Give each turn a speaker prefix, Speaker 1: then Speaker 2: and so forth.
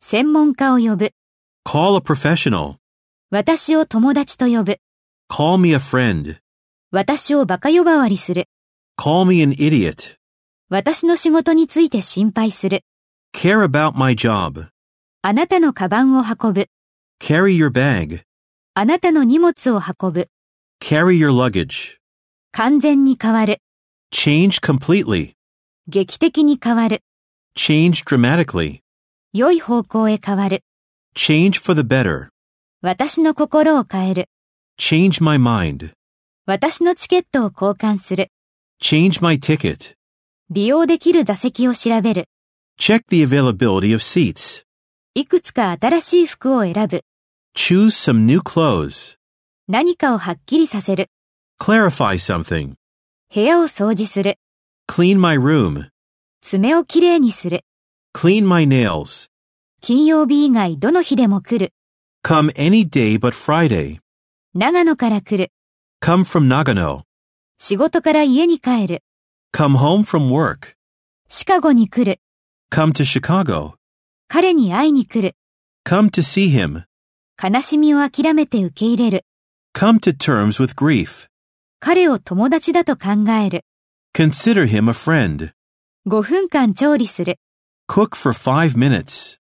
Speaker 1: 専門家を呼ぶ。
Speaker 2: Call a professional.
Speaker 1: 私を友達と呼ぶ。
Speaker 2: Call me a friend.
Speaker 1: 私をバカ呼ばわりする。
Speaker 2: Call me an idiot.
Speaker 1: 私の仕事について心配する。
Speaker 2: Care about my job.
Speaker 1: あなたのカバンを運ぶ。
Speaker 2: Carry your bag.
Speaker 1: あなたの荷物を運ぶ。
Speaker 2: Carry your luggage.
Speaker 1: 完全に変わる。
Speaker 2: Change completely.
Speaker 1: 劇的に変わる。
Speaker 2: Change dramatically.
Speaker 1: 良い方向へ変わる。
Speaker 2: Change for the better.
Speaker 1: 私の心を変える。
Speaker 2: Change my mind.
Speaker 1: 私のチケットを交換する。
Speaker 2: Change my ticket.
Speaker 1: 利用できる座席を調べる。
Speaker 2: Check the availability of seats.
Speaker 1: いくつか新しい服を選ぶ。
Speaker 2: Choose some new clothes.
Speaker 1: 何かをはっきりさせる。
Speaker 2: Clarify something.
Speaker 1: 部屋を掃除する。
Speaker 2: Clean my room.
Speaker 1: 爪をきれいにする。
Speaker 2: Clean my nails.
Speaker 1: 金曜日以外どの日でも来る。
Speaker 2: Come any day but Friday.
Speaker 1: 長野から来る。
Speaker 2: Come from Nagano.
Speaker 1: 仕事から家に帰る。
Speaker 2: Come home from work.
Speaker 1: シカゴに来る。
Speaker 2: Come to Chicago.
Speaker 1: 彼に会いに来る。
Speaker 2: Come to see him.
Speaker 1: 悲しみを諦めて受け入れる。
Speaker 2: Come to terms with grief.
Speaker 1: 彼を友達だと考える。
Speaker 2: Consider him a friend.
Speaker 1: 5分間調理する。
Speaker 2: Cook for five minutes.